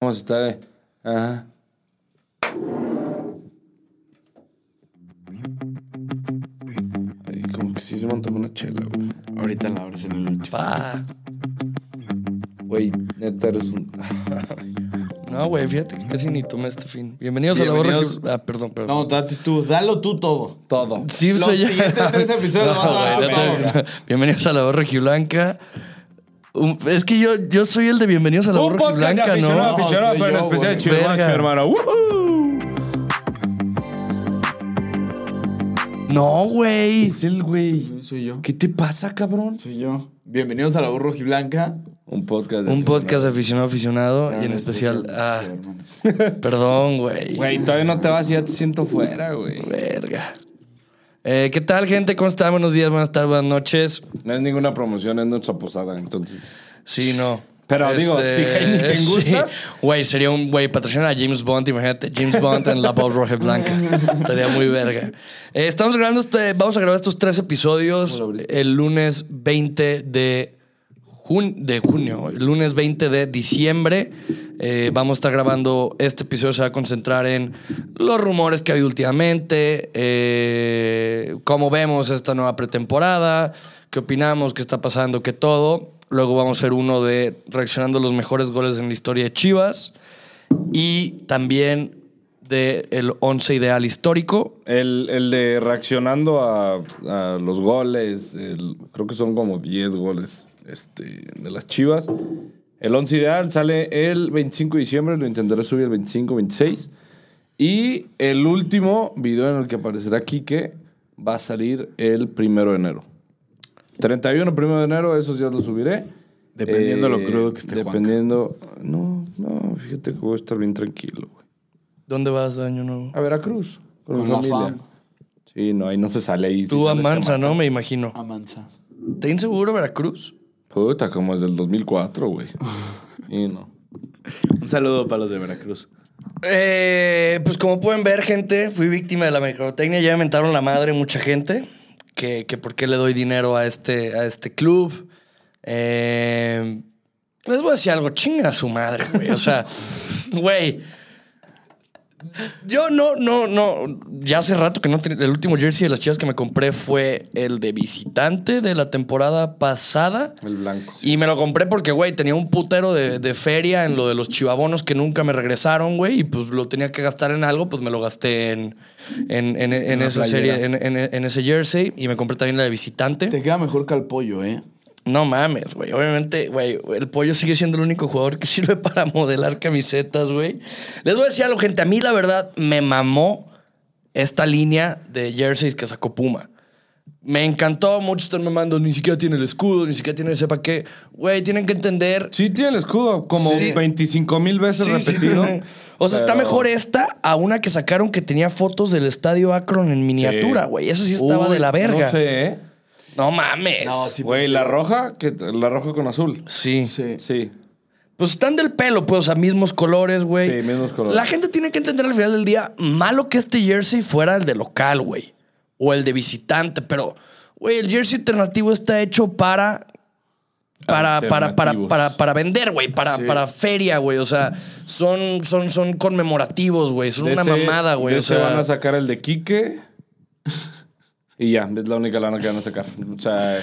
vamos a estar. eh, Ajá. Ay, como que sí se me antoja una chela, güey. Ahorita la abres en el último. Pa. Güey, neta eres un. ah, No, güey, fíjate que casi ni tomé este fin. Bienvenidos, a la Bienvenidos. borra. que- Ah, perdón, perdón. No, date tú, dalo tú todo. Todo. sí, Los soy ya- siguientes tres episodios No, lo vas a güey, dar ya te- Bienvenidos a la borra Blanca. Es que yo, yo soy el de Bienvenidos a la Un borra podcast de Blanca, aficionado, ¿no? aficionado, soy pero en yo, especial de güey. Chirmacho, Verga. hermano. ¡Woohoo! No, güey. Es el güey. Soy yo. ¿Qué te pasa, cabrón? Soy yo. Bienvenidos a la voz rojiblanca. Un podcast. de Un aficionado. podcast de aficionado a aficionado y en especial. Ah, perdón, güey. Güey, todavía no te vas y ya te siento fuera, güey. Verga. Eh, ¿Qué tal, gente? ¿Cómo están? Buenos días, buenas tardes, buenas noches. No es ninguna promoción, es nuestra posada, entonces. Sí, no. Este, Pero digo, si Heineken sí. gustas. Güey, sería un güey patrocinar a James Bond. Imagínate, James Bond en la voz roja y blanca. Estaría muy verga. Eh, estamos grabando este. Vamos a grabar estos tres episodios el lunes 20 de, jun- de junio. El lunes 20 de diciembre. Eh, vamos a estar grabando este episodio. Se va a concentrar en los rumores que hay últimamente. eh, cómo vemos esta nueva pretemporada. ¿Qué opinamos? ¿Qué está pasando? ¿Qué todo? Luego vamos a hacer uno de reaccionando a los mejores goles en la historia de Chivas. Y también de el 11 ideal histórico. El, el de reaccionando a, a los goles, el- creo que son como 10 goles este, de las Chivas. El 11 ideal sale el 25 de diciembre, lo intentaré subir el 25, 26. Y el último video en el que aparecerá Quique va a salir el 1 de enero. 31, 1 de enero, esos ya los subiré. Eh, Dependiendo lo crudo que esté Juanca. Dependiendo. No, no, fíjate que voy a estar bien tranquilo, güey. ¿Dónde vas de año nuevo? A Veracruz, con, Con mi la familia. fam. Sí, no, ahí no se sale este ahí. Tú si a sales, te Mansa, matan. ¿no? Me imagino. Amanza. ¿Te inseguro Veracruz? Puta, como es del 2004, güey. Y no. Un saludo para los de Veracruz. Eh, pues como pueden ver, gente, fui víctima de la mercadotecnia. Ya me mentaron la madre mucha gente. Que, que por qué le doy dinero a este, a este club. Eh, les voy a decir algo. Chinga a su madre, güey. O sea, güey. Yo no, no, no. Ya hace rato que no tenía. El último jersey de las chivas que me compré fue el de visitante de la temporada pasada. El blanco. Y me lo compré porque, güey, tenía un putero de, de feria en lo de los chivabonos que nunca me regresaron, güey, y pues lo tenía que gastar en algo, pues me lo gasté en, en, en- en la esa playera. serie, en, en- en ese jersey, y me compré también la de visitante. Te queda mejor que al pollo, ¿eh? No mames, güey. Obviamente, güey, el pollo sigue siendo el único jugador que sirve para modelar camisetas, güey. Les voy a decir algo, gente. A mí, la verdad, me mamó esta línea de jerseys que sacó Puma. Me encantó, muchos están mamando, ni siquiera tiene el escudo, ni siquiera tiene el sepa qué. Güey, tienen que entender. Sí, tiene el escudo como Sí. 25 mil veces Sí, sí, repetido. tiene. o sea, está Pero- mejor esta a una que sacaron que tenía fotos del estadio Akron en miniatura, güey. Eso sí estaba Uy, de la verga. No sé, ¿eh? No mames. No, sí. Güey, la roja, que, la roja con azul. Sí. Sí. pues Sí. Pues están del pelo, pues, o sea, mismos colores, güey. Sí, mismos colores. La gente tiene que entender al final del día, malo que este jersey fuera el de local, güey. O el de visitante, pero, güey, el jersey alternativo está hecho para. Para, para, para, Alternativos. para, para vender, güey, para, para feria, güey. O sea, son, son, son conmemorativos, güey. Son De una ese- mamada, güey. de O ese sea, van a sacar el de Quique. Y ya, es la única lana que van a sacar. O sea,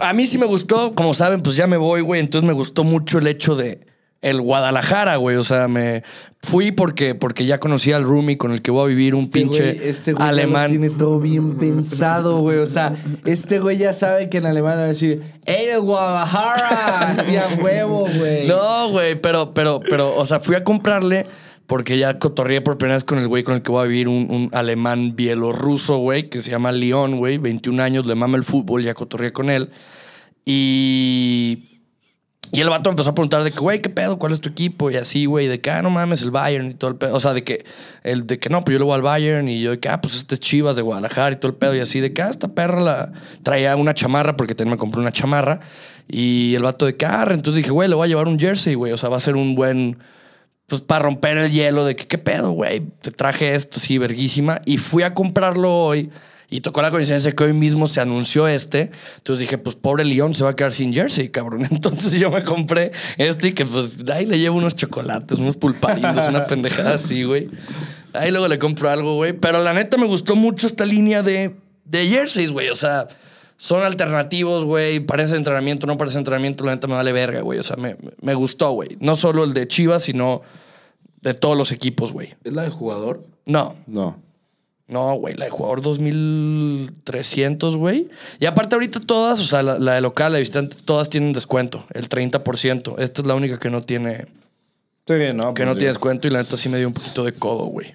A mí sí me gustó, como saben, pues ya me voy, güey. Entonces me gustó mucho el hecho de el Guadalajara, güey. O sea, me fui porque, porque ya conocí al Rumi con el que voy a vivir un Este pinche güey- este güey ya lo alemán. tiene todo bien pensado, güey. O sea, este güey ya sabe que en alemán va a decir, ¡Ey, el Guadalajara! Hacía huevo, güey. No, güey, pero, pero, pero, o sea, fui a comprarle porque ya cotorreé por primera vez con el güey con el que voy a vivir, un, un alemán bielorruso, güey, que se llama León, güey, 21 años, le mama el fútbol, ya cotorreé con él. Y. Y el vato empezó a preguntar de que, güey, ¿qué pedo? ¿Cuál es tu equipo? Y así, güey, de que, ah, no mames, el Bayern y todo el pedo. O sea, de que, el de que no, pues yo le voy al Bayern y yo de que, ah, pues este es Chivas de Guadalajara y todo el pedo. Y así, de que, ah, esta perra la traía una chamarra porque también me compré una chamarra. Y el vato de que, ah, entonces dije, güey, le voy a llevar un jersey, güey. O sea, va a ser un buen, pues para romper el hielo de que, ¿qué pedo, güey? Te traje esto, sí, verguísima. Y fui a comprarlo hoy Y tocó la coincidencia que hoy mismo se anunció este. Entonces dije, pues pobre León se va a quedar sin jersey, cabrón. Entonces yo me compré este y que pues ahí le llevo unos chocolates, unos pulparindos, una pendejada así, güey. Ahí luego le compro algo, güey. Pero la neta me gustó mucho esta línea de, de jerseys, güey. O sea, son alternativos, güey. Parece entrenamiento, no parece entrenamiento. La neta me vale verga, güey. O sea, me, me gustó, güey. No solo el de Chivas, sino de todos los equipos, güey. ¿Es la de jugador? No, No. no, güey, la de jugador 2300, güey. Y aparte ahorita todas, o sea, la, la de local, la de visitante, todas tienen descuento, el 30%. Esta es la única que no tiene, Sí, no. que pues, no sí. tiene descuento y la neta sí me dio un poquito de codo, güey.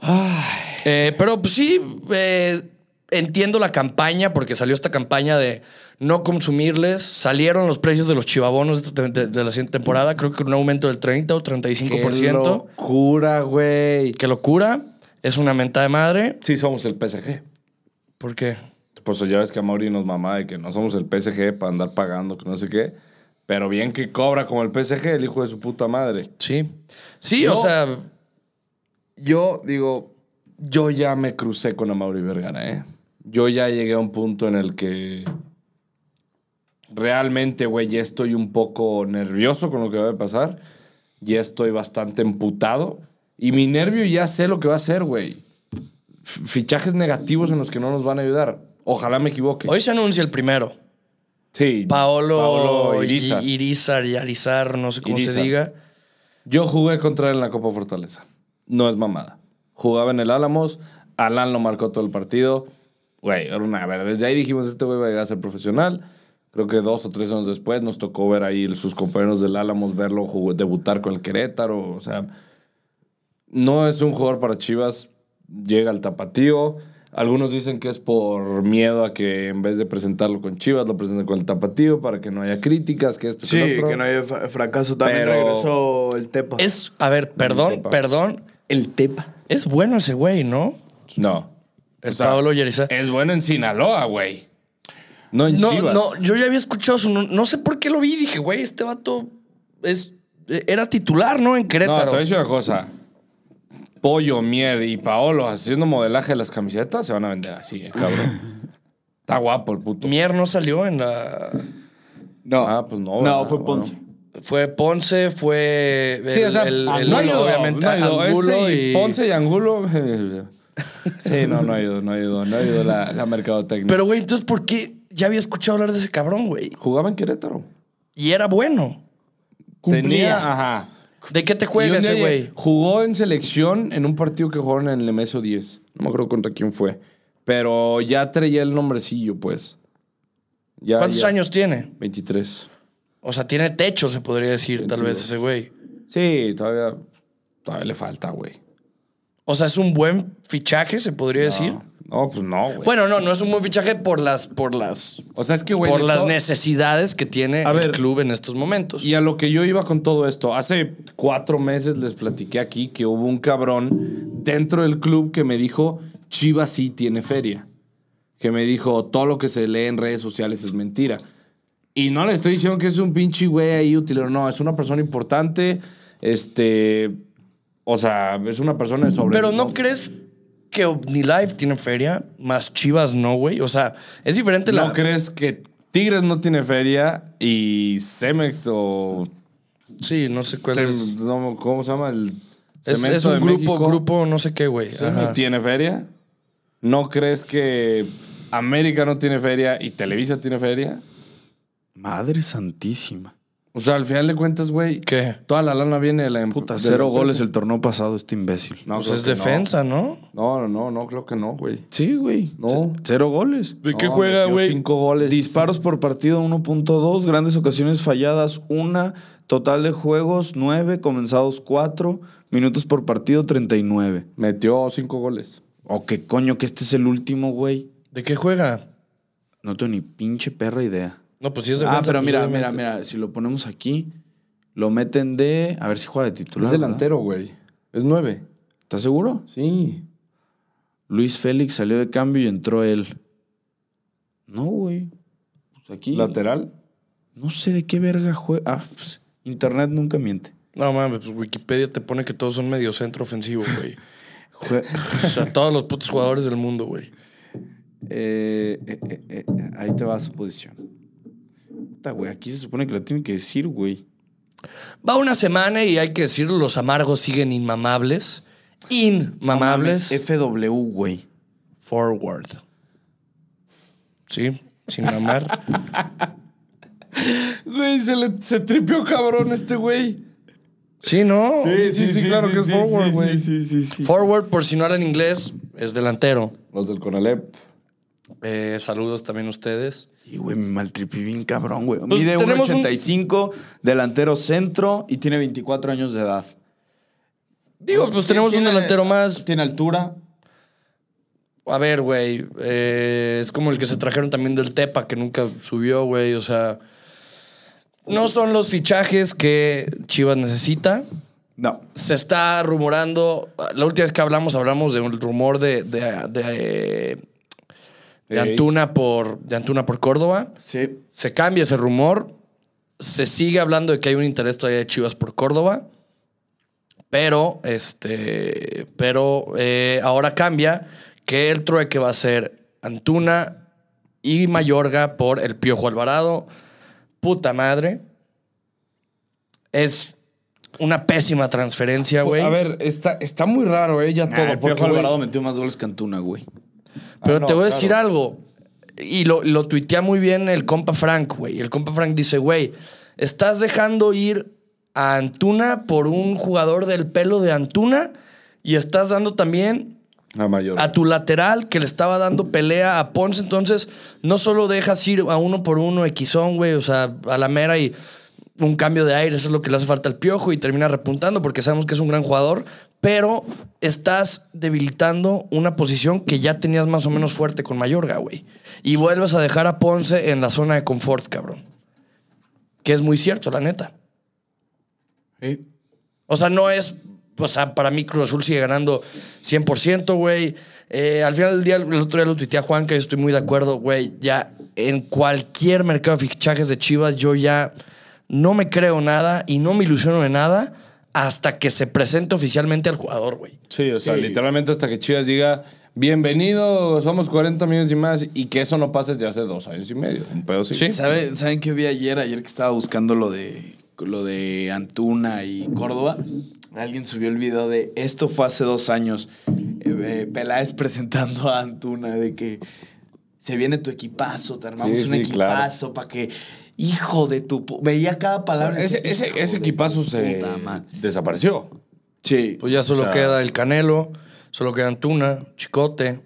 Ay. Eh, pero pues sí, eh, entiendo la campaña, porque salió esta campaña de no consumirles. Salieron los precios de los chivabonos de, de- de la siguiente temporada, creo que un aumento del 30 o 35%. Qué locura, güey. Qué locura. Es una menta de madre. Sí, somos el PSG. ¿Por qué? Pues ya ves que a Mauri nos mamá de que no somos el PSG para andar pagando, que no sé qué. Pero bien que cobra como el PSG, el hijo de su puta madre. Sí. Sí, Yo- o sea, Yo digo, yo ya me crucé con Amaury Vergara, ¿eh? Yo ya llegué a un punto en el que realmente, güey, ya estoy un poco nervioso con lo que va a pasar. Ya estoy bastante emputado. Y mi nervio ya sé lo que va a hacer, güey. F- Fichajes negativos en los que no nos van a ayudar. Ojalá me equivoque. hoy se anuncia el primero. Sí. Paolo, Paolo Irizar. Irizar. Y, Irizar y Arizar, no sé cómo se Irizar. diga. Yo jugué contra él en la Copa Fortaleza. No es mamada. Jugaba en el Álamos. Alan lo marcó todo el partido. Güey, era una verdad. Desde ahí dijimos, este güey va a llegar a ser profesional. Creo que dos o tres años después nos tocó ver ahí sus compañeros del Álamos, verlo jug- debutar con el Querétaro. O sea, no es un jugador para Chivas. Llega al tapatío. Algunos dicen que es por miedo a que en vez de presentarlo con Chivas, lo presenten con el tapatío para que no haya críticas, que esto, Sí, que lo otro. que no hay fra- fracaso. También Pero- regresó el Tepa. Es, a ver, perdón, Tepa. perdón. el Tepa. Es bueno ese güey, ¿no? No. El O sea, Paolo y Arizar. Es bueno en Sinaloa, güey. No en No, Chivas. no, yo ya había escuchado su... No, no sé por qué lo vi. Dije, güey, este vato es, era titular, ¿no? En No, te Querétaro. voy a decir una cosa. Pollo, Mier y Paolo haciendo modelaje de las camisetas se van a vender así, eh, cabrón. Está guapo el puto. Mier no salió en la... No. Ah, pues Oh, no, No, ¿verdad? fue Bueno. Ponce. Fue Ponce, fue... Sí, o sea, ah, no ayudó, obviamente, no ayudó. Angulo Este y y... Ponce y Angulo. sí, no, no ayudó, no ayudó, no ayudó la, la mercadotecnia. Pero, güey, entonces, ¿por qué ya había escuchado hablar de ese cabrón, güey? jugaba en Querétaro. Y era bueno. Cumplía. Tenía, ajá. ¿De qué te juega Y un día ese güey? Jugó en selección en un partido que jugaron en el Meso 10. No me acuerdo contra quién fue. Pero ya traía el nombrecillo, pues. Ya- ¿Cuántos ya. años tiene? 23. O sea, tiene techo, se podría decir, tal vez, ese güey. Sí, todavía, todavía le falta, güey. O sea, es un buen fichaje, se podría decir. No, no, pues no, güey. Bueno, no, no es un buen fichaje por las, por las, o sea, es que, güey. por le las to- necesidades que tiene A el ver. club en estos momentos. Y a lo que yo iba con todo esto, hace cuatro meses les platiqué aquí que hubo un cabrón dentro del club que me dijo, Chivas sí tiene feria. Que me dijo, todo lo que se lee en redes sociales es mentira. Y no le estoy diciendo que es un pinche güey ahí útil, no, es una persona importante, este, o sea, es una persona de sobre... Pero no crees que OmniLife tiene feria, más Chivas no, güey. O sea, es diferente la. ¿No crees que Tigres no tiene feria y Cemex o... Sí, no sé cuál Pues es. Tem- no, ¿Cómo se llama? El Es, Cemento es un de grupo, México. grupo, no sé qué, güey. Sí, Ajá. ¿Tiene feria? ¿No crees que América no tiene feria y Televisa tiene feria? Madre santísima. O sea, al final de cuentas, güey, ¿Qué? toda la lana viene de la em- Puta, de la cero empresa. goles el torneo pasado, este imbécil. No, Pues creo es que no. defensa, ¿no? No, no, no, no, creo que no, güey. Sí, güey. No. C- Cero goles. ¿De qué No, juega, metió güey? Cinco goles. Disparos por partido 1.2, grandes ocasiones falladas 1, total de juegos 9, comenzados 4, minutos por partido 39. Metió cinco goles. O qué coño, que este es el último, güey. ¿De qué juega? No tengo ni pinche perra idea. No, pues sí es defensa. Ah, pero pues, mira, obviamente. mira, mira, si lo ponemos aquí, lo meten de... A ver si juega de titular. es ¿verdad? delantero, güey. Es nueve. ¿Estás seguro? Sí. Luis Félix salió de cambio y entró él. No, güey. Pues aquí... Lateral. No sé de qué verga juega. Ah, pues, internet nunca miente. No mames, pues Wikipedia te pone que todos son medio centro ofensivo, güey. O sea, todos los putos jugadores del mundo, güey. Eh, eh, eh, eh, ahí te va su posición. Puta, güey, aquí se supone que la tienen que decir, güey. Va una semana y hay que decirlo, los amargos siguen inmamables. Inmamables. Mames, FW, güey. forward. Sí, sin mamar. Güey, se, le, se tripió cabrón este güey. sí, ¿no? Sí, sí, sí, claro que es forward, güey. Sí, sí, sí. Forward, por si no hablan inglés, es delantero. Los del Conalep. Eh, saludos también a ustedes. Y, güey, me maltripí bien cabrón, güey. Pues Mide tenemos un- 1.85, delantero centro y tiene 24 años de edad. Digo, pues tenemos un Tiene- delantero más. Tiene altura. A ver, güey. eh, es como el que se trajeron también del Tepa, que nunca subió, güey. O sea, no son los fichajes que Chivas necesita. No. Se está rumorando. La última vez que hablamos, hablamos de un rumor de, de, de, eh, de Ey. Antuna por, de Antuna por Córdoba. Sí. Se cambia ese rumor. Se sigue hablando de que hay un interés todavía de Chivas por Córdoba. Pero, este, pero eh, ahora cambia que el trueque va a ser Antuna y Mayorga por el Piojo Alvarado. Puta madre. Es una pésima transferencia, güey. Ah, pues, A ver, está, está muy raro, ¿eh? Ya todo. Todo, porque, Ah, Piojo güey, Alvarado metió más goles que Antuna, güey. Pero Ah, no, te voy a decir claro. algo. Y lo, lo tuitea muy bien el compa Frank, güey. El compa Frank dice, güey, estás dejando ir a Antuna por un jugador del pelo de Antuna y estás dando también A mayor. a tu lateral que le estaba dando pelea a Ponce. Entonces, no solo dejas ir a uno por uno, equizón, güey, o sea, a la mera y un cambio de aire, eso es lo que le hace falta al piojo y termina repuntando porque sabemos que es un gran jugador, pero estás debilitando una posición que ya tenías más o menos fuerte con Mayorga, güey. Y vuelves a dejar a Ponce en la zona de confort, cabrón. Que es muy cierto, la neta. O sea, no es. O sea, para mí Cruz Azul sigue ganando 100%, güey. Eh, al final del día, el otro día lo tuiteé a Juan, que yo estoy muy de acuerdo, güey. Ya en cualquier mercado de fichajes de Chivas, yo ya no me creo nada y no me ilusiono de nada hasta que se presente oficialmente al jugador, güey. Sí, o sea, literalmente hasta que Chivas diga, bienvenido, somos 40 millones y más, y que eso no pase desde hace dos años y medio. Un pedo sí. ¿Sabe- ¿Saben qué vi ayer? Ayer que estaba buscando lo de, lo de Antuna y Córdoba, alguien subió el video de esto fue hace dos años. eh, eh, Peláez presentando a Antuna de que se viene tu equipazo, te armamos Sí, un sí, equipazo para que. Hijo de tu. pu-". Veía cada palabra. y Ese, decía, ese, "Hijo ese de tu equipazo se puta madre". desapareció. Sí. Pues ya solo O sea- queda el Canelo, solo queda Antuna, Chicote.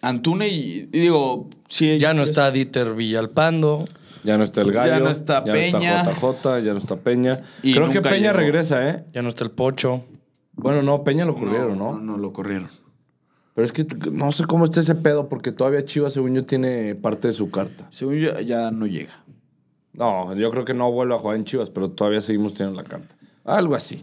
Antuna y, y digo, sí. Ya no está Dieter Villalpando. Ya no está el gallo. Ya no está Peña. Ya no está JJ, ya no está Peña. Y Creo que nunca Peña llegó. regresa, ¿eh? Ya no está el Pocho. Bueno, no, Peña lo corrieron, ¿no? No, no, lo corrieron. Pero es que t- no sé cómo está ese pedo, porque todavía Chivas, según yo, tiene parte de su carta. Según yo, ya no llega. No, yo creo que no vuelve a jugar en Chivas, pero todavía seguimos teniendo la carta. Algo así.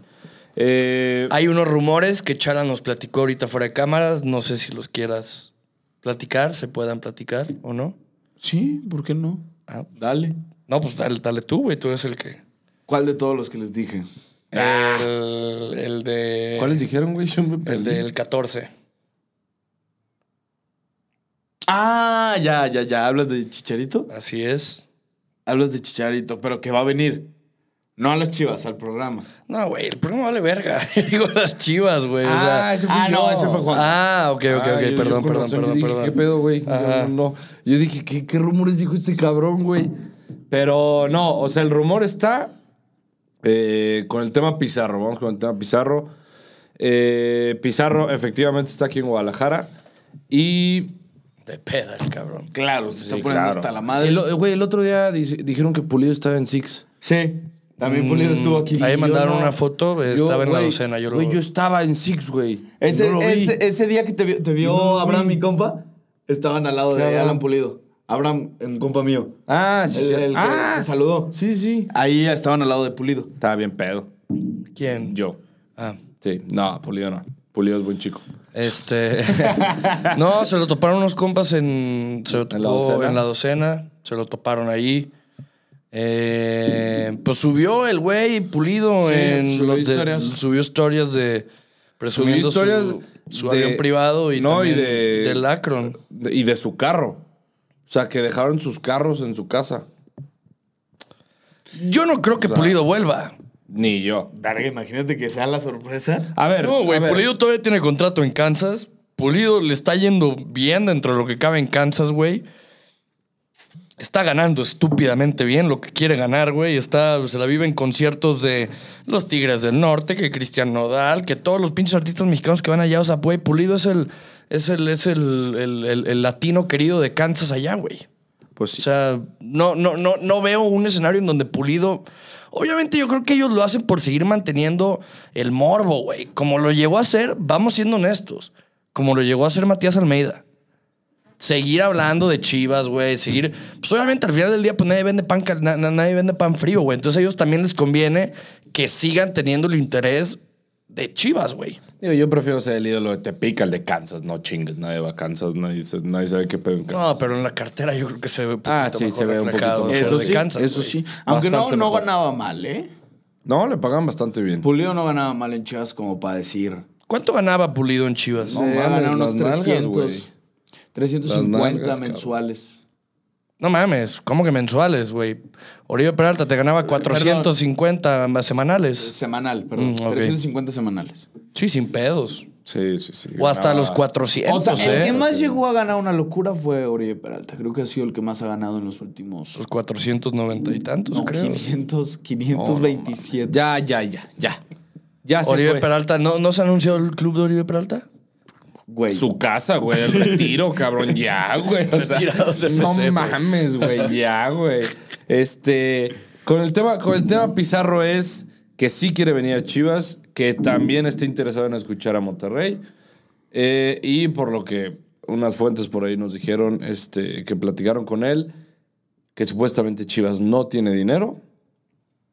Eh, Hay unos rumores que Chala nos platicó ahorita fuera de cámaras. No sé si los quieras platicar, se puedan platicar o no. Sí, ¿por qué no? Ah. Dale. No, pues dale, dale tú, güey. Tú eres el que. ¿Cuál de todos los que les dije? Ah. El, el de. ¿Cuáles dijeron, güey? Yo me El perdí. del 14. Ah, ya, ya, ya. ¿Hablas de Chicharito? Así es. Hablas de Chicharito, pero que va a venir. No a las chivas, al programa. No, güey, el programa vale verga. Digo las chivas, güey. o sea- Ah, ese fui Ah, yo. no, ese fue Juan. Ah, ok, ok, Ah, ok. yo- yo perdón, con perdón, razón, yo perdón, dije, perdón. ¿Qué pedo, güey? Ajá. No, no. Yo dije, ¿qué, ¿qué rumores dijo este cabrón, güey? Pero no, o sea, el rumor está eh, con el tema Pizarro. Vamos con el tema Pizarro. Eh, Pizarro efectivamente está aquí en Guadalajara. Y De peda, el cabrón. Claro, se está poniendo claro. hasta la madre. el, eh, güey, el otro día dice- dijeron que Pulido estaba en Six. Sí, también Mm, Pulido estuvo aquí. Ahí yo mandaron no- una foto, Yo, estaba en la güey, docena. Yo lo Güey, yo estaba en Six, güey. Ese, No lo vi. ese- ese día que te, vi- te vio Abraham, mi compa, estaban al lado de Claro. Alan Pulido. Abraham, un compa mío. Ah, sí. El, sí. el que ah, te saludó. sí, sí. Ahí estaban al lado de Pulido. Estaba bien pedo. ¿Quién? Yo. Ah. Sí, no, Pulido no. Pulido es buen chico. Este. no, se lo toparon unos compas en. Se lo ¿En la topó docena? en la docena. Se lo toparon ahí. Eh, pues subió el güey pulido Sí, en subió los de- historias. subió historias de Presumiendo Subí historias su, su de- avión privado y, no, y también de- del Akron. De- y de su carro. O sea, que dejaron sus carros en su casa. Yo no creo que Pulido vuelva. Ni yo. Verga, imagínate que sea la sorpresa. A ver. No, güey, a ver. Pulido todavía tiene contrato en Kansas. Pulido le está yendo bien dentro de lo que cabe en Kansas, güey. Está ganando estúpidamente bien lo que quiere ganar, güey. Está, se la vive en conciertos de los Tigres del Norte, que Cristian Nodal, que todos los pinches artistas mexicanos que van allá. O sea, güey, Pulido es el, es el, es el, el- el- el latino querido de Kansas allá, güey. Pues O sea, no, no, no, no veo un escenario en donde Pulido. Obviamente, yo creo que ellos lo hacen por seguir manteniendo el morbo, güey. Como lo llegó a hacer, vamos siendo honestos. Como lo llegó a hacer Matías Almeida. Seguir hablando de chivas, güey. Seguir. Pues obviamente al final del día, pues nadie vende pan, cal- na- na- nadie vende pan frío, güey. Entonces a ellos también les conviene que sigan teniendo el interés de chivas, güey. Digo, yo prefiero ser el ídolo de Tepic al de Kansas. No chingues, nadie va a Kansas. Nadie, se- nadie sabe qué pedo en Kansas. No, pero en la cartera yo creo que se ve un Ah, poquito sí, mejor se ve un reflejado poquito ser mejor. eso de sí, Kansas, eso güey. sí. Aunque no, Bastante no mejor. ganaba mal, ¿eh? No, le pagan bastante bien. Pulido no ganaba mal en Chivas como para decir. ¿Cuánto ganaba Pulido en Chivas? No, mames, va a ganar las unos nalgas, 300. güey. 350 Las nalgas, mensuales. No mames, ¿cómo que mensuales, güey? Oribe Peralta te ganaba 450 más semanales. eh, Semanal, perdón. Mm, ok. 350 semanales. Sí, sin pedos. Sí, sí, sí. Ah. O hasta ganaba- los 400, O sea, pues el ¿eh? que más llegó a ganar una locura fue Oribe Peralta. Creo que ha sido el que más ha ganado en los últimos Los 490 y Pues tantos, no, creo. 500, 527. Ya, ya, ya, ya. Ya se Oribe fue. Peralta, ¿no, ¿no se anunció el club de Oribe Peralta? Güey. Su casa, güey, el retiro, cabrón, ya, güey. O sea, Retirados FC, no güey. mames, güey, ya, güey. Este, con el tema, con el tema Pizarro es que sí quiere venir a Chivas, que también está interesado en escuchar a Monterrey. Eh, y por lo que unas fuentes por ahí nos dijeron, este, que platicaron con él, que supuestamente Chivas no tiene dinero,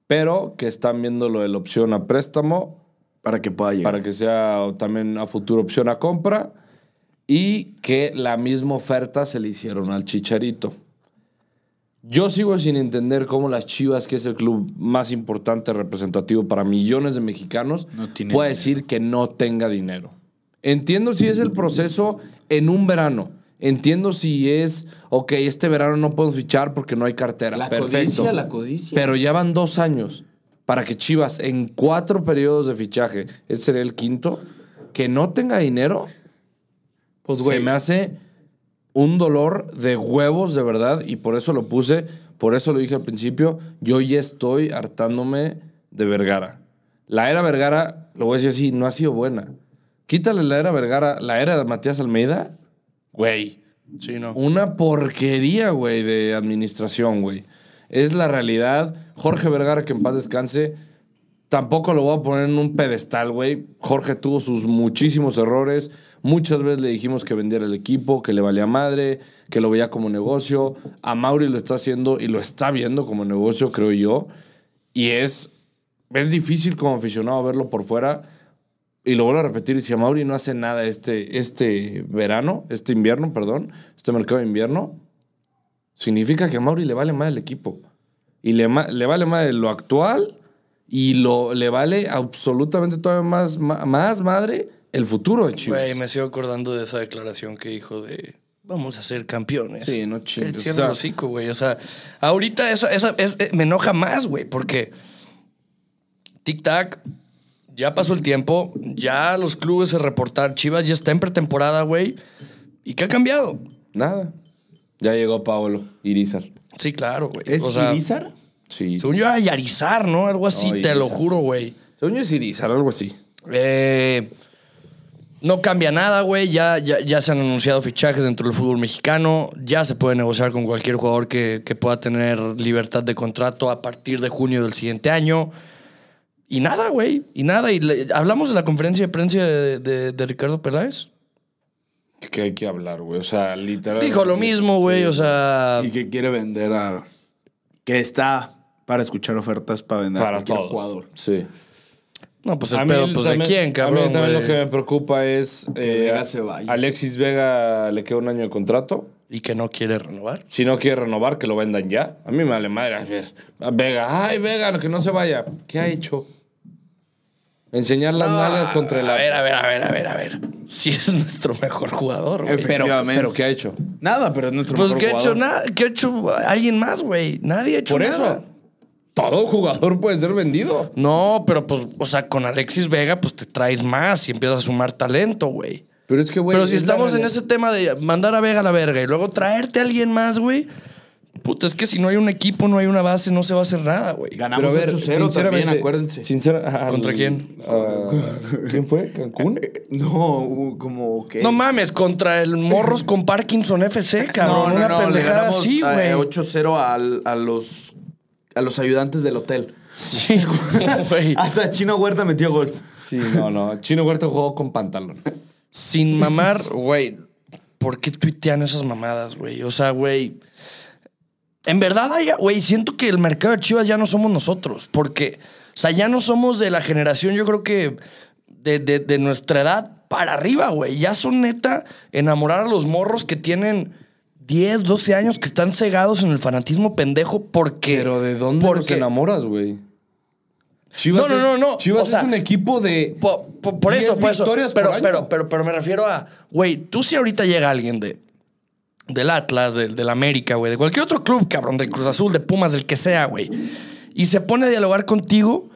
pero que están viendo lo de la opción a préstamo Para que pueda llegar. para que sea también a futuro opción a compra y que la misma oferta se le hicieron al Chicharito. Yo sigo sin entender cómo las Chivas, que es el club más importante representativo para millones de mexicanos, No tiene puede dinero. decir que no tenga dinero. Entiendo si es el proceso en un verano. Entiendo si es, ok, este verano no puedo fichar porque no hay cartera. La Perfecto. codicia, la codicia. Pero ya van dos años para que Chivas, en cuatro periodos de fichaje, ese sería el quinto, que no tenga dinero, pues, se me hace un dolor de huevos de verdad y por eso lo puse, por eso lo dije al principio, yo ya estoy hartándome de Vergara. La era Vergara, lo voy a decir así, no ha sido buena. Quítale la era Vergara, la era de Matías Almeida, güey. Sí, no. Una porquería, güey, de administración, güey. Es la realidad. Jorge Vergara, que en paz descanse, tampoco lo voy a poner en un pedestal, güey. Jorge tuvo sus muchísimos errores. Muchas veces le dijimos que vendiera el equipo, que le valía madre, que lo veía como negocio. A Mauri lo está haciendo y lo está viendo como negocio, creo yo. Y es, es difícil como aficionado verlo por fuera. Y lo vuelvo a repetir, si Amauri no hace nada este, este verano, este invierno, perdón, este mercado de invierno, significa que a Mauri le vale más el equipo. Y le, ma- le vale más lo actual y lo, le vale absolutamente todavía más, ma- más madre el futuro de Chivas. Güey, me sigo acordando de esa declaración que dijo de vamos a ser campeones. Sí, no chingues. Eh, Cierra O sea- el hocico, güey. O sea, ahorita esa, esa, es- eh, me enoja más, güey, porque tic-tac, ya pasó el tiempo, ya los clubes se reportaron, Chivas ya está en pretemporada, güey. ¿Y qué ha cambiado? Nada. Ya llegó Paolo Irizar. Sí, claro, güey. ¿Es o sea, Irizar? Sí. Según yo, a Yarizar, ¿no? Algo así, No, te lo Irizar. juro, güey. Según yo es Irizar, algo así. Eh, no cambia nada, güey. Ya, ya, ya se han anunciado fichajes dentro del fútbol mexicano. Ya se puede negociar con cualquier jugador que, que pueda tener libertad de contrato a partir de junio del siguiente año. Y nada, güey. Y nada. Y le- hablamos de la conferencia de prensa de, de- de Ricardo Peláez. Que hay que hablar, güey. O sea, literalmente. Dijo lo mismo, güey. O ah, sea, Y que quiere vender a. Que está para escuchar ofertas para vender a Para cualquier todos. jugador. Sí. no, pues el A mí pedo, pues de también- quién, cabrón. A mí también güey? lo que me preocupa es. Que eh, Vega se vaya. Alexis Vega le queda un año de contrato. Y que no quiere renovar. Si no quiere renovar, que lo vendan ya. A mí me vale madre. A ver, a Vega, ay, Vega, que no se vaya. ¿Qué ha hecho? Enseñar las nalgas contra el A ver, a ver, a ver, a ver, a ver. Si es nuestro mejor jugador, güey. Efe- efectivamente. Pero ¿qué ha hecho? Nada, pero es nuestro Pues mejor ¿qué ha hecho jugador. nada, ¿qué ha hecho alguien más, güey? Nadie ha hecho Por nada. eso, todo jugador puede ser vendido. No, pero pues, o sea, con Alexis Vega, pues te traes más y empiezas a sumar talento, güey. Pero es que, güey. Pero si es la estamos en realidad. ese tema de mandar a Vega a la verga y luego traerte a alguien más, güey. Puta, es que si no hay un equipo, no hay una base, no se va a hacer nada, güey. Ganamos Pero a ver, 8-0 también, sinceramente, acuérdense. sincera- al- ¿Contra quién? a- ¿Quién fue? ¿Cancún? No, uh, como que... No mames, contra el Morros con Parkinson FC, cabrón. una le pendejada ganamos, así, eh, güey. 8-0 al- a los, a los ayudantes del hotel. Sí, güey. Hasta Chino Huerta metió gol. Sí, no, no. Chino Huerta jugó con pantalón. Sin mamar, güey. ¿Por qué tuitean esas mamadas, güey? O sea, güey. En verdad, hay- güey, siento que el mercado de Chivas ya no somos nosotros. Porque, o sea, ya no somos de la generación, yo creo que de, de- de nuestra edad para arriba, güey. Ya son neta enamorar a los morros que tienen 10, 12 años, que están cegados en el fanatismo pendejo porque. Pero ¿de dónde porque- los enamoras, güey? Chivas No, no, es- no, no. Chivas O sea, es un equipo de. Po- po- Por, eso, 10 por eso. victorias Pero, por año. pero, pero, pero me refiero a, güey, tú si ahorita llega alguien de, del Atlas, del, del América, güey, de cualquier otro club, cabrón, del Cruz Azul, de Pumas, del que sea, güey, y se pone a dialogar contigo,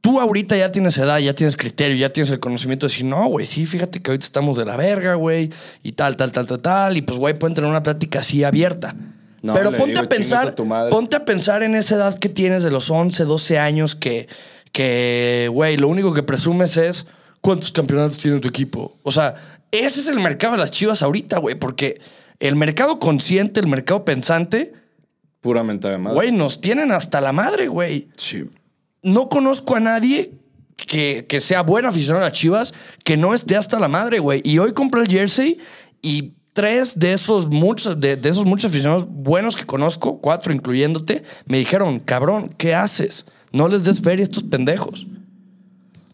tú ahorita ya tienes edad, ya tienes criterio, ya tienes el conocimiento de decir, no, güey, sí, fíjate que ahorita estamos de la verga, güey, y tal, tal, tal, tal, tal, y pues, güey, pueden tener una plática así abierta. No, pero le ponte digo, a "Chingas pensar, a tu madre". ponte ponte a pensar en esa edad que tienes de los 11, 12 años que, que, güey, lo único que presumes es cuántos campeonatos tiene tu equipo. O sea, ese es el mercado de las chivas ahorita, güey, porque el mercado consciente, el mercado pensante, Puramente de madre. güey, nos tienen hasta la madre, güey. Sí. No conozco a nadie que, que sea buen aficionado a las chivas que no esté hasta la madre, güey. Y hoy compré el jersey y tres de esos muchos, de, de esos muchos aficionados buenos que conozco, cuatro incluyéndote, me dijeron, cabrón, ¿qué haces? No les des feria a estos pendejos.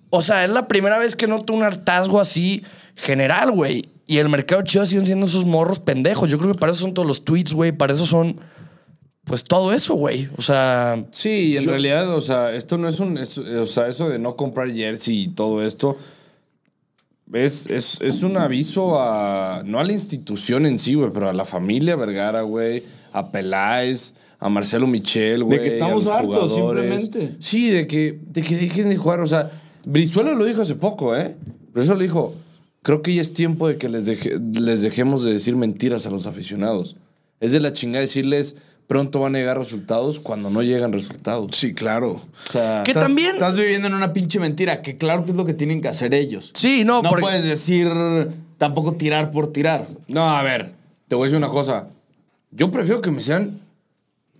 O sea, es la primera vez que noto un hartazgo así general, güey. Y el mercado chido siguen siendo esos morros pendejos. Yo creo que para eso son todos los tweets, güey. Para eso son, pues, todo eso, güey. O sea, Sí, y en realidad, o sea, esto no es un. es- o sea, eso de no comprar jersey y todo esto. Es, es, es un aviso a. No a la institución en sí, güey, pero a la familia Vergara, güey. A Peláez, a Marcelo Michel, güey. que a estamos los hartos, jugadores. simplemente. Sí, de que, de que dejen de jugar. O sea, Brizuela lo dijo hace poco, ¿eh? Brizuela lo dijo. Creo que ya es tiempo de que les, deje- les dejemos de decir mentiras a los aficionados. Es de la chingada decirles pronto van a llegar resultados cuando no llegan resultados. Sí, claro. O sea, que también... Estás viviendo en una pinche mentira, que claro que es lo que tienen que hacer ellos. Sí, no, No porque- puedes decir tampoco tirar por tirar. No, a ver, te voy a decir una cosa. Yo prefiero que me sean.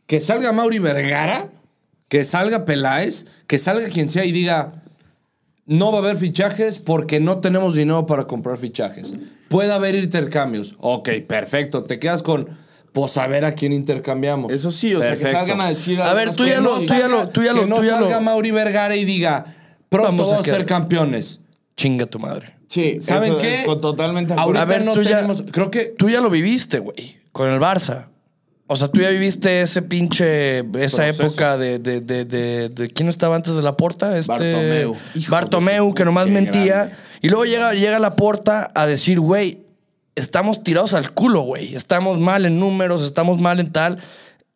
Que salga Mauri Vergara, que salga Peláez, que salga quien sea y diga. No va a haber fichajes porque no tenemos dinero para comprar fichajes. Puede haber intercambios. Ok, perfecto. Te quedas con. Pues a ver a quién intercambiamos. Eso sí, o sea, que Perfecto. salgan a decir... A ver, tú ya Que lo, no tú salga- ya lo, tú ya que lo, no tú ya salga lo. Mauri Vergara y diga. Pronto Vamos vamos a a, quedar- ser campeones. Chinga tu madre. Sí, ¿Saben eso, eh, qué? con- totalmente de Ahorita A ver, no tú ya- tenemos. Creo que Tú ya lo viviste, güey, con el Barça. O sea, tú ya viviste ese pinche, esa Proceso. época de, de, de, de, de- ¿quién estaba antes de la porta? Este, Bartomeu. Bartomeu, que nomás qué mentía. grande. Y luego llega, llega la porta a decir, güey, estamos tirados al culo, güey. Estamos mal en números, estamos mal en tal.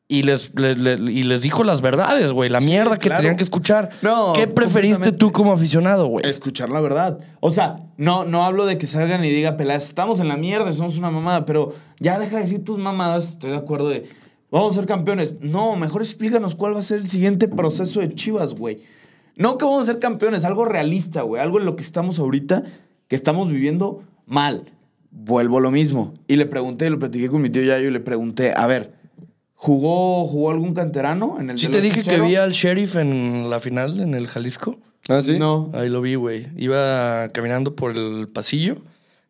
Y les, le- le- y les dijo las verdades, güey, la mierda que claro. tenían que escuchar. No, ¿Qué preferiste completamente. tú como aficionado, güey? escuchar la verdad. O sea, no, no hablo de que salgan y diga, pelas, estamos en la mierda, somos una mamada, pero ya deja de decir tus mamadas, estoy de acuerdo de, vamos a ser campeones. No, mejor explícanos cuál va a ser el siguiente proceso de Chivas, güey. No que vamos a ser campeones, algo realista, güey, algo en lo que estamos ahorita, que estamos viviendo mal. Vuelvo a lo mismo. Y le pregunté, lo platiqué con mi tío Yayo y le pregunté, a ver, ¿jugó, jugó algún canterano en el Sí del te dije que 8-0? vi al sheriff en la final, en el Jalisco. ¿Ah, sí? No. Ahí lo vi, güey. Iba caminando por el pasillo.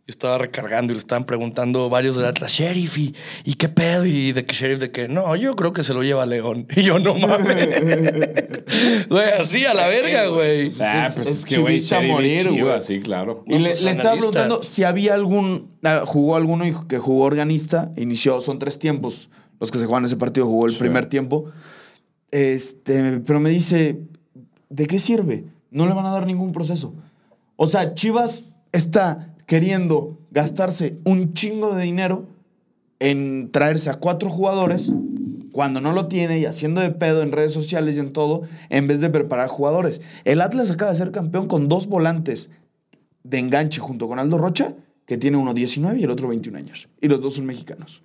Yo estaba recargando y le estaban preguntando varios del Atlas, sheriff, y, y qué pedo, y de que sheriff, de que no, yo creo que se lo lleva León. Y yo no mames. Güey, así a la verga, güey. Ah, Es- pues es es, que, güey, chivista a Sheriff es morir, Chivas, güey. Sí, claro. Y le, pues, le estaba analista. preguntando si había algún. ah, Jugó alguno y- que jugó organista, inició, son tres tiempos los que se juegan ese partido, jugó el primer tiempo. Este, pero me dice, ¿de qué sirve? No le van a dar ningún proceso. O sea, Chivas está queriendo gastarse un chingo de dinero en traerse a cuatro jugadores cuando no lo tiene y haciendo de pedo en redes sociales y en todo, en vez de preparar jugadores. El Atlas acaba de ser campeón con dos volantes de enganche junto con Aldo Rocha, que tiene uno 19 y el otro 21 años. Y los dos son mexicanos.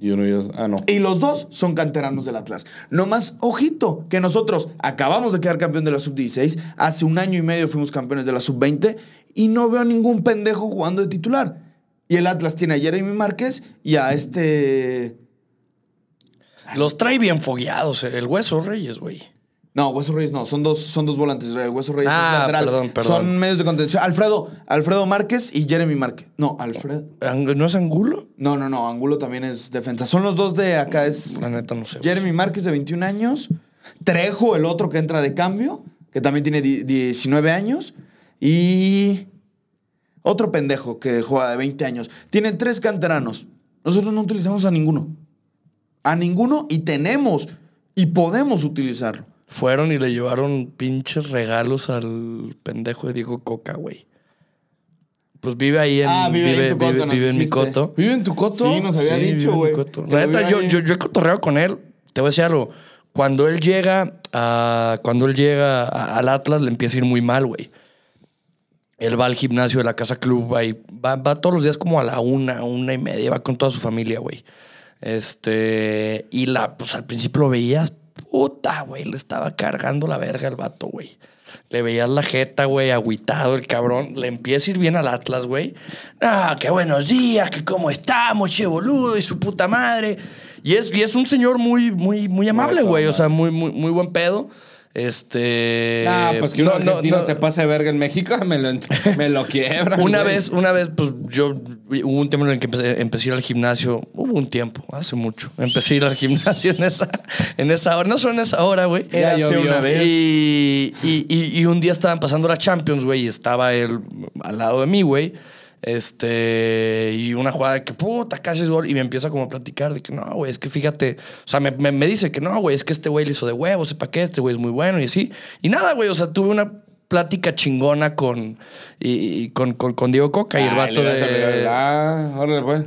Y uno ya. Ah, no. Y los dos son canteranos del Atlas. Nomás, ojito, que nosotros acabamos de quedar campeón de la sub-16, hace un año y medio fuimos campeones de la sub-20 y no veo ningún pendejo jugando de titular. Y el Atlas tiene a Jeremy Márquez y a este... Los trae bien fogueados, eh, el hueso Reyes, güey. No, Hueso Reyes no, son dos, son dos volantes. El Hueso Reyes Ah, es lateral. perdón, perdón. Son medios de contención. Alfredo, Alfredo Márquez y Jeremy Márquez. No, Alfredo. Ang- ¿No es Angulo? No, no, no, Angulo también es defensa. Son los dos de acá, es La neta no sé. güey. Jeremy Márquez de 21 años, Trejo, el otro que entra de cambio, que también tiene di- 19 años, y otro pendejo que juega de 20 años. Tienen tres canteranos. Nosotros no utilizamos a ninguno. A ninguno y tenemos y podemos utilizarlo. Fueron y le llevaron pinches regalos al pendejo de Diego Coca, güey. Pues vive ahí en. Ah, vive ahí en tu coto, nos vive en mi dijiste. coto. ¿Vive en tu coto? Sí, nos había Sí, vive dicho, en mi güey. coto. que La lo neta, vieron ahí. yo, yo, yo he cotorreado con él. Te voy a decir algo. Cuando él llega a. Cuando él llega a- al Atlas, le empieza a ir muy mal, güey. Él va al gimnasio de la casa club, va, y va, va todos los días como a la una, una y media, va con toda su familia, güey. Este. Y la, pues al principio lo veías, puta, güey. Le estaba cargando la verga al vato, güey. Le veías la jeta, güey, agüitado el cabrón. Le empieza a ir bien al Atlas, güey. Ah, qué buenos días, que cómo estamos, che boludo, y su puta madre. Y es, y es un señor muy, muy, muy amable, güey. O sea, muy, muy, muy buen pedo. Este. Ah, pues que un no, no, argentino no. se pase de verga en México, me lo, ent- me lo quiebran. Una güey. vez, una vez, pues yo hubo un tiempo en el que empecé, empecé a ir al gimnasio. Hubo un tiempo, hace mucho. Empecé a ir al gimnasio en esa, en esa hora. No solo en esa hora, güey. Ya Érase llovió. una vez. Y, y- y- y un día estaban pasando la Champions, güey, y estaba él al lado de mí, güey. Este, y una jugada de que puta, casi es gol. Y me empieza como a platicar de que no, güey, es que fíjate. O sea, me, me- me dice que no, güey, es que este güey le hizo de huevo, sepa qué, este güey es muy bueno y así. Y nada, güey, o sea, tuve una plática chingona con, y, y con, con- con Diego Coca y el Ay, vato Ah, le vas a regalar. de. Ah, órale, pues.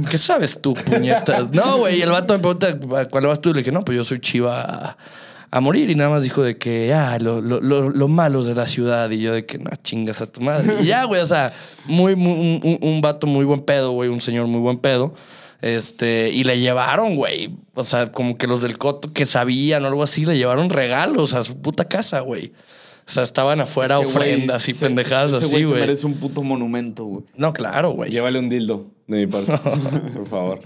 Mm, ¿Qué sabes tú, puñetas? No, güey. Y el vato me pregunta, "¿A ¿cuál vas tú? Y le dije, no, pues yo soy chiva a, a morir. Y nada más dijo de que, ah, lo- lo- lo- los malos de la ciudad. Y yo de que, no, chingas a tu madre. Y ya, güey, o sea, muy, muy- un, un- un vato muy buen pedo, güey. Un señor muy buen pedo. Este, y le llevaron, güey. O sea, como que los del coto que sabían o algo así, le llevaron regalos a su puta casa, güey. O sea, estaban afuera Ese güey, ofrendas y ese- pendejadas ese así, se güey. merece un puto monumento, güey. No, claro, güey. Llévale un dildo de mi parte, por favor.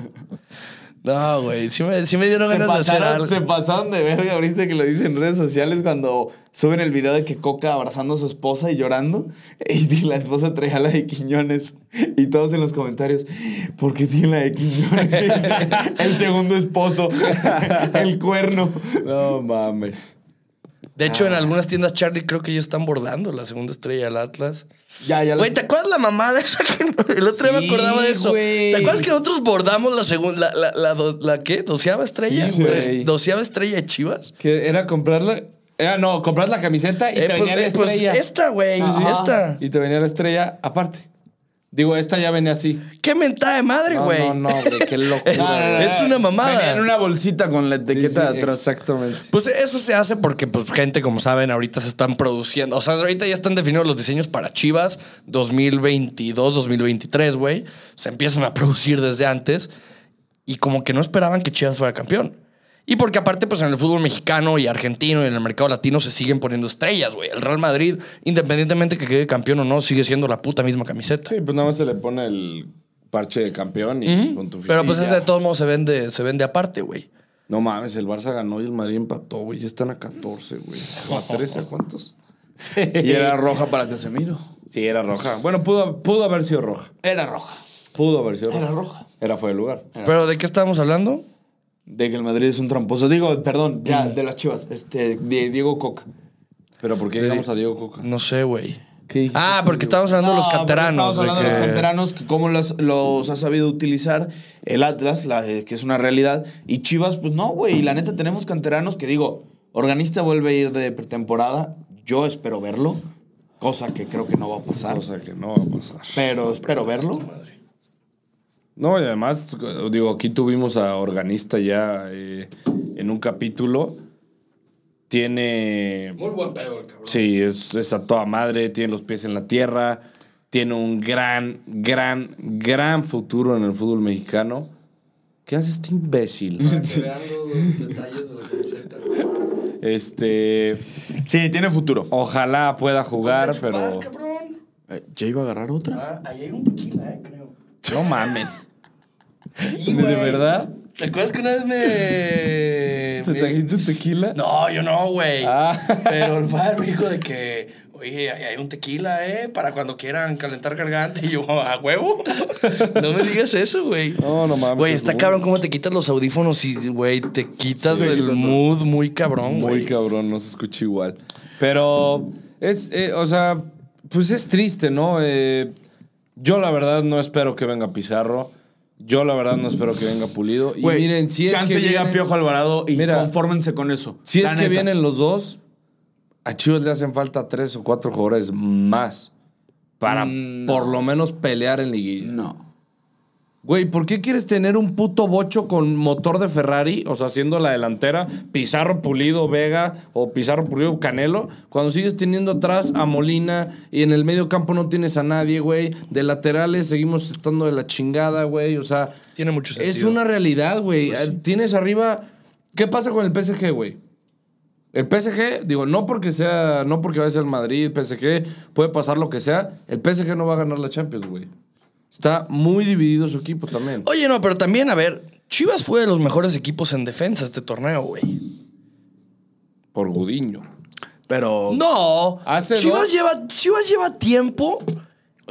No, güey. Sí me, sí me dieron Se ganas de hacer pasaron, algo. se pasaron de verga ahorita que lo dicen en redes sociales cuando suben el video de que Coca abrazando a su esposa y llorando. Y di- la esposa traía la de Quiñones. Y todos en los comentarios, ¿por qué tiene la de Quiñones? Dice, el segundo esposo, el cuerno. No mames. De hecho, en Ah. algunas tiendas Charlie creo que ya están bordando la segunda estrella del Atlas. Ya, ya. Güey, los- ¿te acuerdas la mamada esa que no- el otro día me Sí, acordaba de eso? güey. ¿Te acuerdas que nosotros bordamos la segunda, la, la, la do- la qué? ¿Doceava estrella? Sí, güey. Tres- ¿Doceava estrella de Chivas? Que era comprarla. Era, no, comprar la camiseta y Eh, te pues, venía la eh, pues, estrella. esta, güey. Ajá. Esta. Y te venía la estrella aparte. Digo, esta ya venía así. Qué mentada de madre, No, güey. no, no, güey, qué loco. Es- es una mamada. Ah, Venía en una bolsita con la Sí, etiqueta sí, de atrás. Exactamente. Pues eso se hace porque, pues, gente, como saben, ahorita se están produciendo. O sea, ahorita ya están definidos los diseños para Chivas 2022, 2023, güey. Se empiezan a producir desde antes y como que no esperaban que Chivas fuera campeón. Y porque aparte, pues en el fútbol mexicano y argentino y en el mercado latino se siguen poniendo estrellas, güey. El Real Madrid, independientemente que quede campeón o no, sigue siendo la puta misma camiseta. Sí, pues nada más se le pone el parche de campeón y con tu Pero pues fitilla. esa de todos modos se vende, se vende aparte, güey. No mames, el Barça ganó y el Madrid empató, güey. Ya están a 14, güey. ¿O a 13? ¿A cuántos? Y era roja para Casemiro. Sí, era roja. Bueno, pudo, pudo haber sido roja. Era roja. Pudo haber sido roja. Era roja. Era fuera de lugar. Pero ¿de qué estábamos hablando? De que el Madrid es un tramposo. Digo, perdón, ya, de las chivas. Este, de Diego Coca. Pero ¿por qué llegamos a Diego Coca? No sé, güey. ¿Qué dijiste Ah, tú, porque Diego? estábamos hablando de los No, pero canteranos. Estamos hablando de, de los que- canteranos, que cómo los, los ha sabido utilizar el Atlas, la, eh, que es una realidad. Y Chivas, pues no, güey. Y la neta, tenemos canteranos que digo, organista vuelve a ir de pretemporada. Yo espero verlo, cosa que creo que no va a pasar. Cosa que no va a pasar. Pero espero verlo. No, y además, digo, aquí tuvimos a Organista ya eh, en un capítulo. Tiene. Muy buen pedo el cabrón. Sí, es, es a toda madre, tiene los pies en la tierra, tiene un gran, gran, gran futuro en el fútbol mexicano. ¿Qué hace este imbécil? Para que vean los detalles de los 80. Este. Sí, tiene futuro. Ojalá pueda jugar, Ponte a chupar, pero. cabrón. ¿Ya iba a agarrar otra? Ah, ahí hay un tequila, eh, creo. No mames. Sí, ¿De güey. verdad? ¿Te acuerdas que una vez ¿Te me. me- trajiste tequila? No, yo no, güey. Ah. Pero el padre me dijo de que, oye, ahí hay un tequila, ¿eh? Para cuando quieran calentar garganta. Y yo, a huevo. No me digas eso, güey. No, no mames, Güey, es está muy- cabrón cómo te quitas los audífonos y, güey, te quitas Sí. del mood muy cabrón, güey. Muy cabrón, no se escucha igual. Pero es, eh, o sea, pues es triste, ¿no? Eh, yo la verdad no espero que venga Pizarro. Yo la verdad no espero que venga Pulido. Y Güey, miren, si es chance que llega vienen- Piojo Alvarado y Mira, confórmense con eso. Si es La que neta. vienen los dos, a Chivas le hacen falta tres o cuatro jugadores más para Mm, por lo menos pelear en liguilla. No. Güey, ¿por qué quieres tener un puto bocho con motor de Ferrari? O sea, haciendo la delantera, Pizarro Pulido Vega o Pizarro Pulido Canelo, cuando sigues teniendo atrás a Molina y en el medio campo no tienes a nadie, güey. De laterales seguimos estando de la chingada, güey. O sea, Tiene mucho sentido. Pues es una realidad, güey. Eh, Tienes arriba. ¿Qué pasa con el PSG, güey? El PSG, digo, no porque sea, no porque vaya a ser Madrid, PSG, puede pasar lo que sea. El PSG no va a ganar la Champions, güey. Está muy dividido su equipo también. Oye, no, pero también, a ver, Chivas fue de los mejores equipos en defensa este torneo, güey. Por Gudiño. Pero. No. Hace dos- Chivas Pues lleva, Chivas lleva tiempo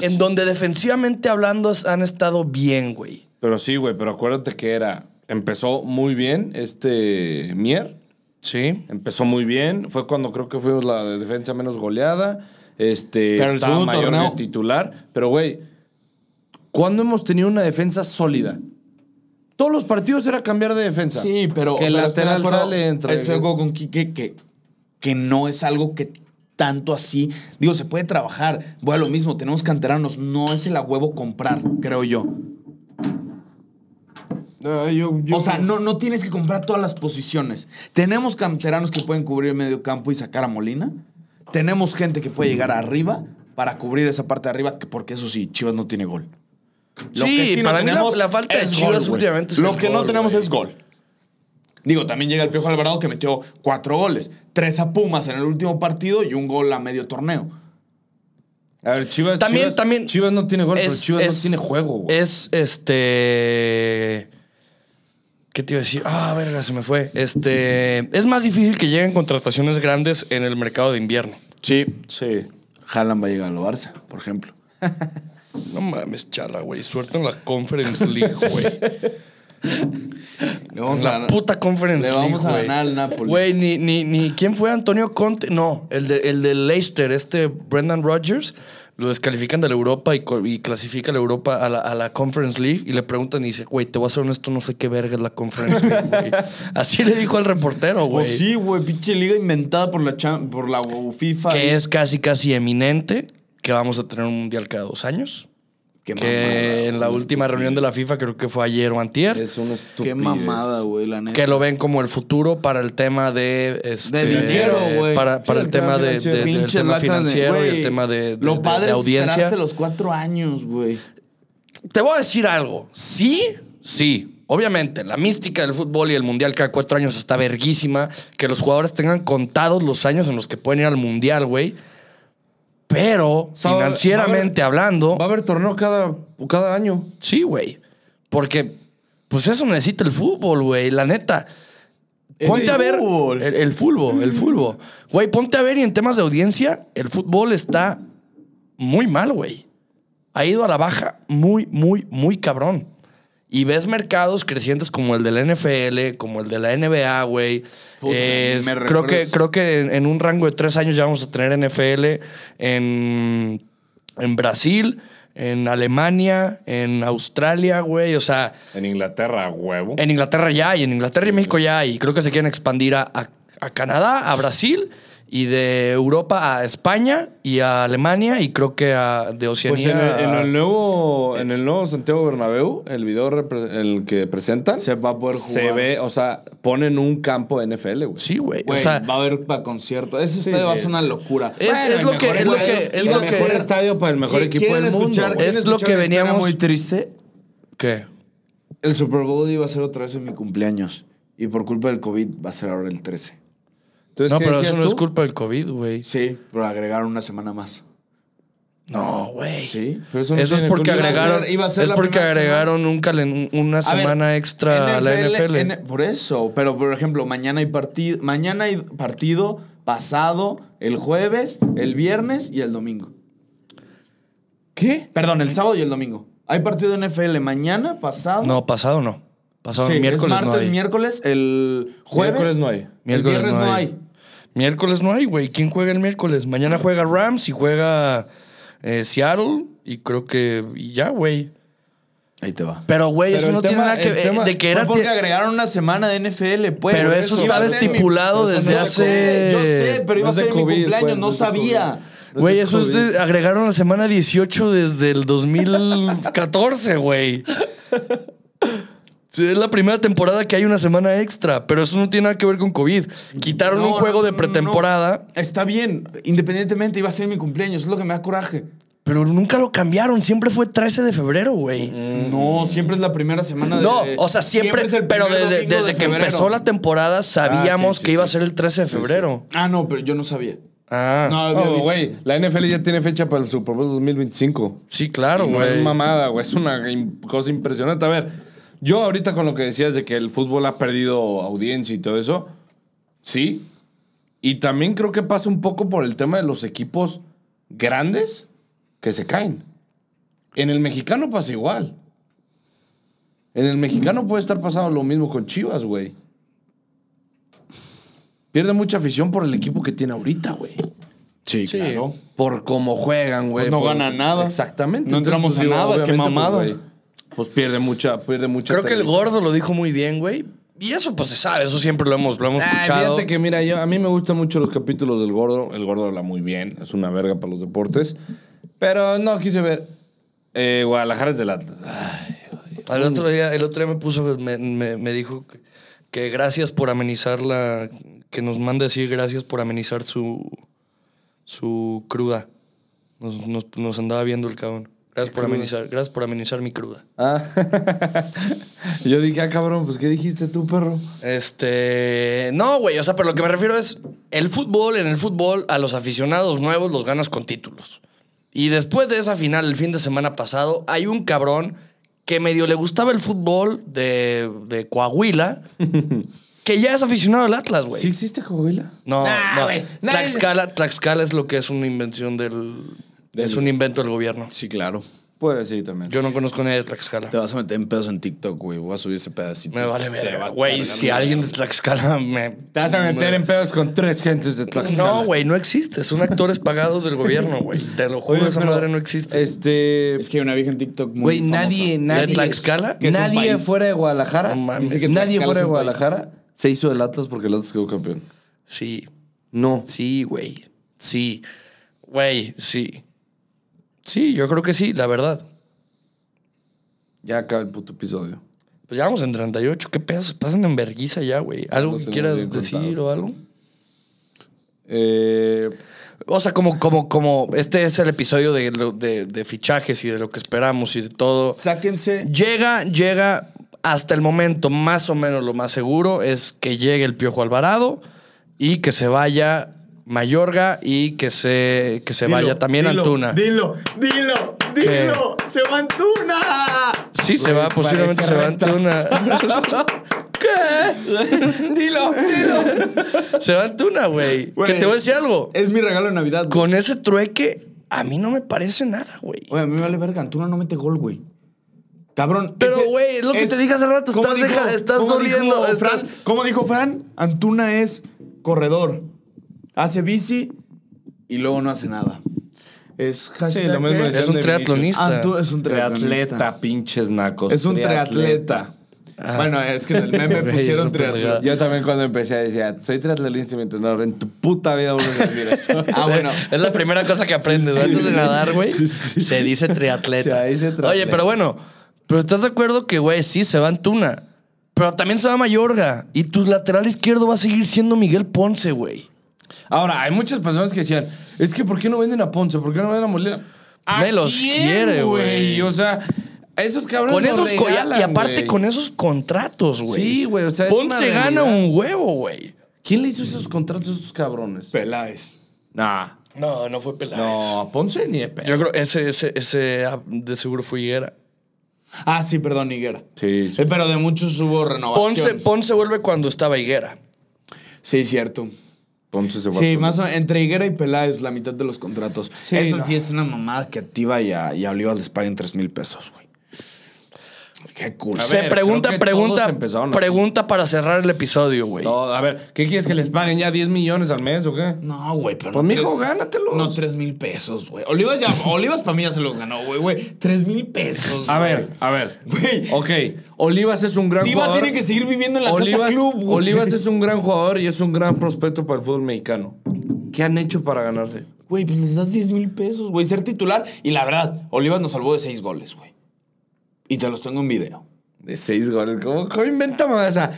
en donde defensivamente hablando es- han estado bien, güey. Pero sí, güey, pero acuérdate que era. Empezó muy bien este Mier. Sí. Empezó muy bien. Fue cuando creo que fuimos la de defensa menos goleada. Este, Pero el estaba segundo Mayorga torneo- titular. Pero, güey, ¿cuándo hemos tenido una defensa sólida? Todos los partidos era cambiar de defensa. Sí, pero. Que el pero estoy de lateral acuerdo- sale, entra. Estoy de acuerdo con Quique que, que no es algo que tanto así. Digo, se puede trabajar. Voy a lo mismo, tenemos canteranos. No es el a huevo comprar, creo yo. ah, O sea, no, no tienes que comprar todas las posiciones. Tenemos canteranos que pueden cubrir el medio campo y sacar a Molina. Tenemos gente que puede llegar arriba para cubrir esa parte de arriba, que- porque eso sí, Chivas no tiene gol. Sí, no para mí la- tenemos la falta de es Chivas güey. últimamente es Lo el que no gol, tenemos güey. es gol. Digo, también llega el Piojo Alvarado que metió cuatro goles. Tres a Pumas en el último partido y un gol a medio torneo. A ver, Chivas. También, Chivas- también. Chivas no tiene gol, pero es- Chivas es- no tiene juego, güey. Es este. ¿Qué te iba a decir? Ah, verga, se me fue. Este. Es más difícil que lleguen contrataciones grandes en el mercado de invierno. Sí. Sí. Haaland va a llegar al Barça, por ejemplo. No mames, chala, güey. Suerte en la Conference League, güey. Le vamos la a ganar- puta Conference Le League, vamos a güey. ganar al Napoli. Güey, ni, ni, ni. ¿Quién fue Antonio Conte? No, el de, el de Leicester, este Brendan Rodgers. Lo descalifican de la Europa y, co- y clasifica a la Europa a la, a la Conference League. Y le preguntan y dice, güey, te voy a ser honesto, no sé qué verga es la Conference League, güey. Así le dijo al reportero, güey. Pues sí, güey, pinche liga inventada por la, cham- por la FIFA. y- que es casi, casi eminente que vamos a tener un mundial cada dos años. Qué Que en la última reunión de la FIFA, creo que fue ayer o antier. Es un estúpido. Qué mamada, güey, la neta. que lo ven como el futuro para el tema de este, De dinero, güey. para, para Sí, el tema de, de- del Pinche tema lacra de- financiero y güey, el tema de, de- Lo de- padre de es audiencia esperarte los cuatro años, güey. te voy a decir algo sí sí Obviamente, la mística del fútbol y el mundial cada cuatro años está verguísima. Que los jugadores tengan contados los años en los que pueden ir al mundial, güey. Pero, sea, va a haber- financieramente hablando, Va a haber torneo cada, cada año. sí, güey. Porque, pues eso necesita el fútbol, güey. La neta. Ponte a ver. fútbol. El, el fútbol, el fútbol. Güey, ponte a ver y en temas de audiencia, el fútbol está muy mal, güey. Ha ido a la baja muy, muy, muy cabrón. Y ves mercados crecientes como el del NFL, como el de la NBA, güey. Puta, Eh, me creo, que, recuerdas. creo que en, en un rango de tres años ya vamos a tener NFL en, en Brasil, en Alemania, en Australia, güey. O sea, En Inglaterra, huevo. en Inglaterra ya hay, en Inglaterra y México ya hay. Creo que se quieren expandir a, a- a Canadá, a Brasil Y de Europa a España y a Alemania y creo que a, de Pues Oceanía. en, el- en a- el nuevo, en el nuevo Santiago Bernabéu, el video repre- el que presentan, Se va a poder se jugar. ve, o sea, ponen un campo de NFL, güey. Sí, güey. O Güey, sea, va a haber para concierto. Ese estadio va a ser una locura. es, Bueno, es el lo que, mejor es lo que, estadio- es y lo el mejor que. estadio para el mejor ¿Qui- equipo del quieren mundo. escuchar- güey. Es quieren lo escuchar que una historia veníamos- muy triste. ¿Qué? El Super Bowl iba a ser otra vez en mi cumpleaños. Y por culpa del COVID va a ser ahora el 13. Entonces, No, ¿qué pero decías eso no es tú? culpa del COVID, güey. Sí, pero agregaron una semana más. No, güey. Sí. Pero no Eso es tiene porque culpa. agregaron, iba a ser es la porque primera agregaron un calen- una A ver, semana extra a la NFL. N- por eso, pero por ejemplo, mañana hay partido, mañana hay partido, pasado, el jueves, el viernes y el domingo. ¿Qué? Perdón, el sábado y el domingo. Hay partido de NFL mañana, pasado. No, pasado no. Pasado Sí, es miércoles martes, no hay. miércoles, el jueves. Miércoles no hay. Miércoles el viernes no hay. Miércoles no hay, güey. ¿Quién juega el miércoles? Mañana juega Rams y juega eh, Seattle y creo que y ya, güey. Ahí te va. Pero, güey, Pero eso el no tiene tema- nada que el ver. tema- De que era. Fue porque ti- agregaron una semana de NFL, pues. Pero Por eso iba estaba a ser mi- estipulado Pero eso desde no es de COVID. hace- Yo sé, pero iba No a es de ser mi COVID, cumpleaños, pues, no no es de sabía. COVID. Güey, eso es de- agregaron la semana 18 desde el 2014, güey. Sí, es la primera temporada que hay una semana extra, pero eso no tiene nada que ver con COVID. Quitaron No, un juego de no, pretemporada, no. Está bien, independientemente iba a ser mi cumpleaños, es lo que me da coraje. pero nunca lo cambiaron. Siempre fue 13 de febrero, güey. No, siempre es la primera semana de Mm. No, o sea, siempre, es el pero primer desde, domingo desde de que febrero. empezó la temporada sabíamos Ah, sí, sí, que iba a sí. ser el 13 de febrero. Ah, no, pero yo no sabía. Ah, No, había Oh, visto. güey, la NFL ya tiene fecha para el Super Bowl 2025. sí, claro, No es güey. mamada, güey. Es una im- cosa impresionante. A ver, yo ahorita con lo que decías de que el fútbol ha perdido audiencia y todo eso, sí. Y también creo que pasa un poco por el tema de los equipos grandes que se caen. En el mexicano pasa igual. En el mexicano puede estar pasando lo mismo con Chivas, güey. Pierde mucha afición por el equipo que tiene ahorita, güey. Sí, Sí. claro. Por cómo juegan, güey. Pues no por- gana nada. Exactamente. pues, No entramos a nada, obviamente, qué mamada. Pues, güey, pues pierde mucha, pierde mucha. Creo que el televisión. gordo lo dijo muy bien, güey. Y eso pues se sabe, eso siempre lo hemos, lo hemos Ah, escuchado. fíjate que mira, yo, a mí me gustan mucho los capítulos del gordo. El gordo habla muy bien, es una verga para los deportes. Pero no quise ver. Eh, Guadalajara es del Atlas. Al otro día, el otro día me puso, me, me- me dijo que, que gracias por amenizar la. Que nos mande decir gracias por amenizar su. su cruda. Nos, nos- nos andaba viendo el cabrón. Gracias por amenizar, gracias por amenizar mi cruda. Ah. yo dije, ah, cabrón, pues ¿qué dijiste tú, perro? Este. No, güey. O sea, pero lo que me refiero es. El fútbol, en el fútbol, a los aficionados nuevos los ganas con títulos. Y después de esa final, el fin de semana pasado, hay un cabrón que medio le gustaba el fútbol de, de Coahuila, que ya es aficionado al Atlas, güey. ¿Sí existe Coahuila? No, Nah, no. güey. Nadie- Tlaxcala, Tlaxcala es lo que es una invención del. Del- Es un invento del gobierno. Sí, claro. Pues sí, también. Yo no conozco a nadie de Tlaxcala. Te vas a meter en pedos en TikTok, güey. Voy a subir ese pedacito. Me vale Te va ver. a Güey, cargar, si güey. alguien de Tlaxcala me. Te vas a meter me- en pedos con tres gentes de Tlaxcala. No, güey, no existe. Son actores pagados del gobierno, güey. Te lo juro, Oye, esa pero, madre no existe. Este. Es que hay una vieja en TikTok muy Güey, famosa. nadie, nadie. ¿De Tlaxcala? Que es un nadie país. fuera de Guadalajara. No mames. dice que Tlaxcala nadie es fuera de un país. Guadalajara se hizo del Atlas porque el Atlas quedó campeón. Sí, No. sí, güey. Sí. Güey, sí. Sí, yo creo que sí, la verdad. Ya acaba el puto episodio. Pues ya vamos en 38. ¿Qué pedos se pasan en verguiza ya, güey? ¿Algo Los que tenemos quieras bien decir contados. o algo? Eh, O sea, como, como, como, este es el episodio de, lo- de, de fichajes y de lo que esperamos y de todo. Sáquense. Llega, llega hasta el momento, más o menos lo más seguro es que llegue el Piojo Alvarado y que se vaya Mayorga y que se, que se vaya también Antuna. Dilo, dilo, dilo. ¡Se va Antuna! Sí, se va, posiblemente se va Antuna. ¿Qué? dilo, dilo. Se va Antuna, güey. Que Güey. te voy a decir algo. Es mi regalo de Navidad. güey. Con ese trueque, a mí no me parece nada, güey. Güey, a mí me vale verga. Antuna no mete gol, güey. Cabrón. Pero, güey, es lo que te dije hace rato, ¿Cómo estás deja- estás cómo doliendo, dijo estás- Fran- ¿Cómo dijo Fran? Antuna es corredor. Hace bici y luego no hace nada. Es hashtag lo mismo que- decía Es un de triatlonista. Antu- es un triatleta. pues, Triatleta, pinches nacos. Es un triatleta. Ah. Bueno, es que en el meme Güey, pusieron esa pendejada. triatlón. Yo también cuando empecé decía, soy triatlonista y me entrenador. En tu puta vida uno a decir eso. Ah, bueno. Es la primera cosa que aprendes antes de nadar, güey. Se dice triatleta. Se dice triatleta. Oye, pero bueno, pero estás de acuerdo que, güey, sí, se va Antuna. Pero también se va Mayorga. Y tu lateral izquierdo va a seguir siendo Miguel Ponce, güey. Ahora, hay muchas personas que decían, es que ¿por qué no venden a Ponce? ¿Por qué no venden a Molina? ¿A Nadie los quién, quiere, güey? O sea, a esos cabrones Con los esos co- y a- regalan, y aparte güey. con esos contratos, güey. Sí, güey, o sea, es una Ponce realidad. gana un huevo, güey. ¿Quién le hizo esos contratos a esos cabrones? Peláez. Nah. No, no fue Peláez. No, a Ponce ni de pedo. Yo creo ese, ese, ese ah, de seguro fue Higuera. Ah, sí, perdón, Higuera. Sí, sí. Eh, pero de muchos hubo Ponce, renovación. Ponce vuelve cuando estaba Higuera. Sí, cierto. Ponce se fue. Sí, más o entre Higuera y Peláez, la mitad de los contratos. Sí, Eso no. sí es una mamada que activa y a, y a Olivas les paguen 3 mil pesos, güey. Qué cool. A Se ver, pregunta, creo que todos pregunta, empezaron así. pregunta para cerrar el episodio, güey. No, a ver, ¿qué quieres que les paguen ya 10 millones al mes o qué? No, güey, pero Pues, no. mijo, tres- gánatelos. No, 3 mil pesos, güey. Olivas ya, Olivas para mí ya se los ganó, güey, güey. 3 mil pesos. A güey. ver, a ver. Güey. Ok, Olivas es un gran Diva jugador. tiene que seguir viviendo en la Casa Olivas, Club, güey. Olivas es un gran jugador y es un gran prospecto para el fútbol mexicano. ¿Qué han hecho para ganarse? Güey, pues les das 10 mil pesos, güey, ser titular. Y la verdad, Olivas nos salvó de 6 goles, güey. Y te los tengo en video. De seis goles. ¿Cómo, cómo inventa mamá? O sea,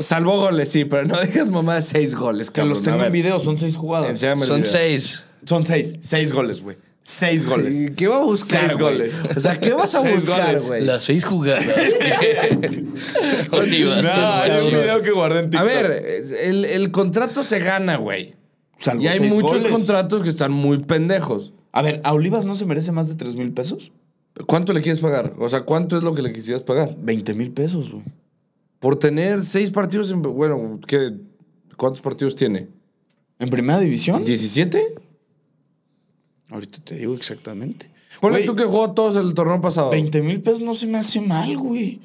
salvó goles, sí, pero no digas mamá de seis goles, Te cabrón. los tengo A ver, en video, son 6 jugadas. enséñame el Son video. seis. Son 6, 6 goles, güey. 6 goles. ¿Y ¿Qué va a buscar, Seis güey? goles. O sea, ¿qué vas a Seis buscar, goles. güey? Las seis jugadas. que- Olivas, Ah, el es un cabrón. video que guardé en A TikTok. ver, el, el contrato se gana, güey. Salvó Y hay seis muchos goles. contratos que están muy pendejos. A ver, ¿a Olivas no se merece más de 3 mil pesos? ¿Cuánto le quieres pagar? O sea, ¿cuánto es lo que le quisieras pagar? 20 mil pesos, güey. Por tener seis partidos en... Bueno, ¿qué? ¿cuántos partidos tiene? ¿En primera división? ¿17? Ahorita te digo exactamente. Ponle Güey, tú que jugó todos el torneo pasado. 20 mil pesos no se me hace mal, güey.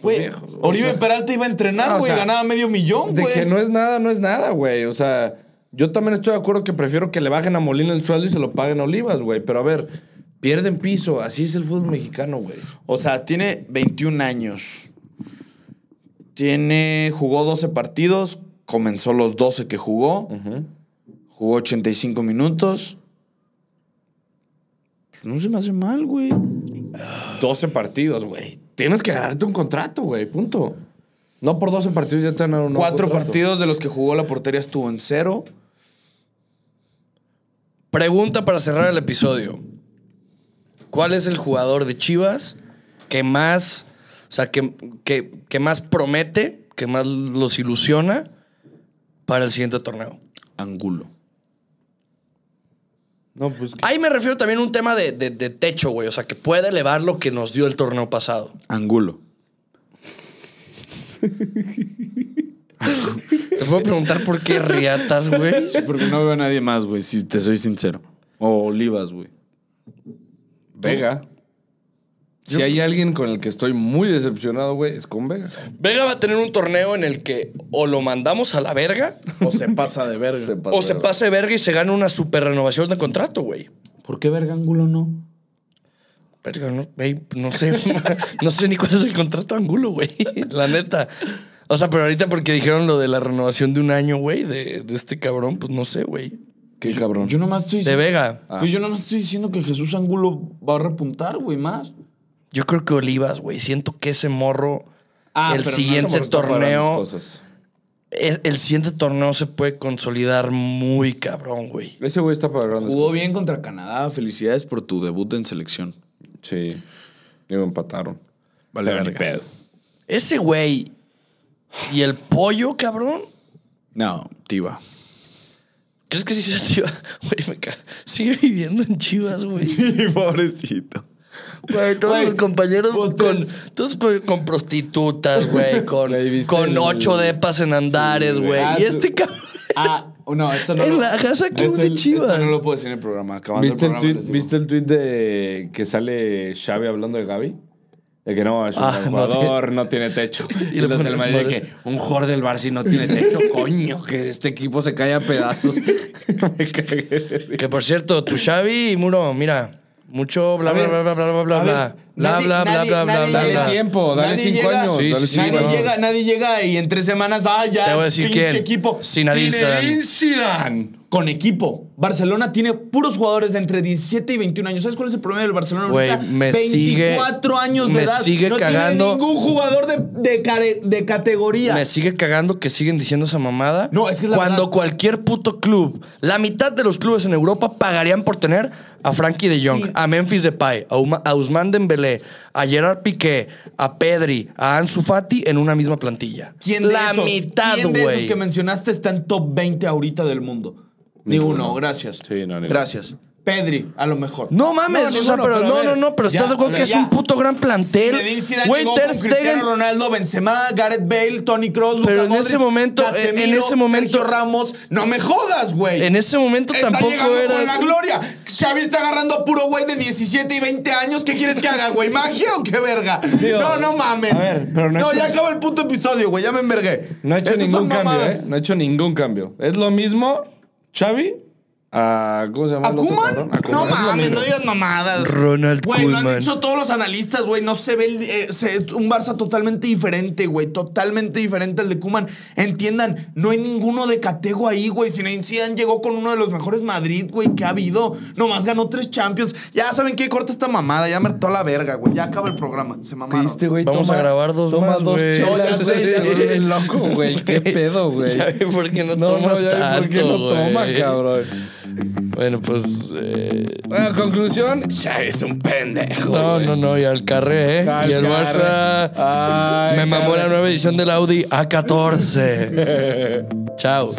Güey, Lejos, güey. Oribe O sea, Peralta iba a entrenar, ah, o güey. sea, ganaba medio millón, De güey. que no es nada, no es nada, güey. O sea, yo también estoy de acuerdo que prefiero que le bajen a Molina el sueldo y se lo paguen a Olivas, güey. Pero a ver, pierden piso. Así es el fútbol mexicano, güey. O sea, tiene 21 años. Tiene. Jugó 12 partidos. Comenzó los 12 que jugó. Jugó 85 minutos. Pues no se me hace mal, güey. 12 partidos, güey. Tienes que ganarte un contrato, güey. Punto. No por 12 partidos ya te han dado un nuevo Cuatro contrato. partidos de los que jugó la portería estuvo en cero. Pregunta para cerrar el episodio. ¿Cuál es el jugador de Chivas que más, o sea, que, que- que más promete, que más los ilusiona para el siguiente torneo? Angulo. No, pues. Ahí me refiero también a un tema de, de- de techo, güey. O sea, que puede elevar lo que nos dio el torneo pasado. Angulo. Te puedo preguntar por qué riatas, güey. Porque no veo a nadie más, güey, si te soy sincero. O Olivas, güey. Vega. Si hay alguien con el que estoy muy decepcionado, güey, es con Vega. Vega va a tener un torneo en el que o lo mandamos a la verga O se pasa de verga. o se pase verga y se gana una super renovación de contrato, güey. ¿Por qué verga Angulo no? Verga, no, güey, no sé, no sé ni cuál es el contrato de Angulo, güey. La neta. O sea, pero ahorita porque dijeron lo de la renovación de un año, güey, de, de este cabrón, pues no sé, güey. Qué cabrón. Yo nomás estoy De diciendo. Vega. Ah. Pues yo nomás estoy diciendo que Jesús Angulo va a repuntar, güey, más. Yo creo que Olivas, güey. Siento que ese morro, Ah, el pero no siguiente Está para grandes torneo, cosas. el, el siguiente torneo se puede consolidar muy cabrón, güey. Ese güey está para grandes Jugó cosas. bien contra Canadá. Felicidades por tu debut en selección. Sí. Y me empataron. Vale, Pero ni verga. pedo. Ese güey y el pollo, cabrón. No, Tiva. ¿Crees que sí se activa? Güey, me cago. Sigue viviendo en Chivas, güey. Sí, pobrecito. Güey, todos Güey, los compañeros vos con, ves- todos con, con prostitutas, güey, con, Güey, ¿viste con el- ocho depas en Andares, Sí, güey. Ah, y tú- este cabrón. Ah, no, esto no. En lo- la Casa Club esto- de Chivas. esto no lo puedo decir en el programa. Acabando ¿Viste el, programa, tweet, les digo. ¿Viste el tweet de que sale Xavi hablando de Gaby? De que no, es un Ah, gran no jugador, no tiene, techo. Y Y, le entonces pone el Madrid de madre. que un jugador del Barça y no tiene techo, coño, que este equipo se cae a pedazos. Me cagué. Que por cierto, tu Xavi y Muro, mira, Mucho bla, bla, bla, bla, bla, bla, bla, a ver, bla, bla, bla, bla, nadie- nadie- bla, bla, nadie bla, le bla. tiene- Tiempo, dale Nadie cinco llega- años. Sí, dale sí, sí, cinco nadie, no. años. llega, nadie llega y en tres semanas, ah, ya. Te voy a decir pinche quién. equipo. Zinedine Zidane. Zidane. Con equipo. Barcelona tiene puros jugadores de entre 17 y 21 años. ¿Sabes cuál es el problema del Barcelona Güey, ahorita? me 24 sigue- años de me edad. sigue no tiene cagando. ningún jugador de, de care- de categoría. Me sigue cagando que siguen diciendo esa mamada. No, es que es la Cuando verdad. cualquier puto club, la mitad de los clubes en Europa pagarían por tener a Frankie de Jong, Sí. a Memphis Depay, a, Uma- a Ousmane Dembélé, a Gerard Piqué, a Pedri, a Ansu Fati en una misma plantilla. ¿Quién de la esos? mitad, ¿Quién de esos güey. que mencionaste está en top 20 ahorita del mundo? Ninguno, gracias. Sí, no, ninguno. Gracias. Pedri, a lo mejor. No mames, o sea, ninguno, pero, pero a no, ver, no, no, pero ya, estás de acuerdo a que ver, es un ya. puto gran plantel. Zinedine Zidane Güey, llegó Ter con Cristiano Stegen- Ronaldo, Benzema, Gareth Bale, Tony Kroos, Luka Pero en Modric, ese momento, eh, en Casemiro, ese momento- Sergio Ramos, no me jodas, güey. En ese momento Está tampoco llegando era. con la gloria. Xavi está agarrando a puro güey de 17 y 20 años. ¿Qué quieres que haga, güey? ¿Magia o qué verga? no, no mames. a ver, pero no he hecho- ya acaba el puto episodio, güey. Ya me envergué. No ha hecho Esas son ningún cambio, mamadas. ¿eh? No ha hecho ningún cambio. Es lo mismo Xavi a... ¿Cómo se llama? ¿A el otro Koeman? cabrón? A No Koeman, es lo mames, mismo. no digas mamadas. Ronald Güey, lo Koeman. han dicho todos los analistas, güey. No se ve el- eh, se- un Barça totalmente diferente, güey. Totalmente diferente al de Kuman. Entiendan, no hay ninguno de catego ahí, güey. Zinedine Zidane llegó con uno de los mejores Madrid, güey, que ha habido. Nomás ganó tres Champions. Ya saben qué, corta esta mamada. Ya me hartó la verga, güey. Ya acaba el programa. Se ¿Qué mamaron. hiciste, güey? Vamos a grabar dos toma más, dos güey. chelas, Ya güey. sé, Se ya sé. vuelve loco, güey. ¿Qué pedo, güey? Ya ve por qué no No, no, tomas ya vi por qué tanto, no toma, güey. cabrón. Bueno, pues. eh, Bueno, conclusión, Xavi es un pendejo. No, güey. no, no, y al carré, ¿eh? Al y el carré. Barça. Ay, me mamó carré. la nueva edición del Audi A14. Chao.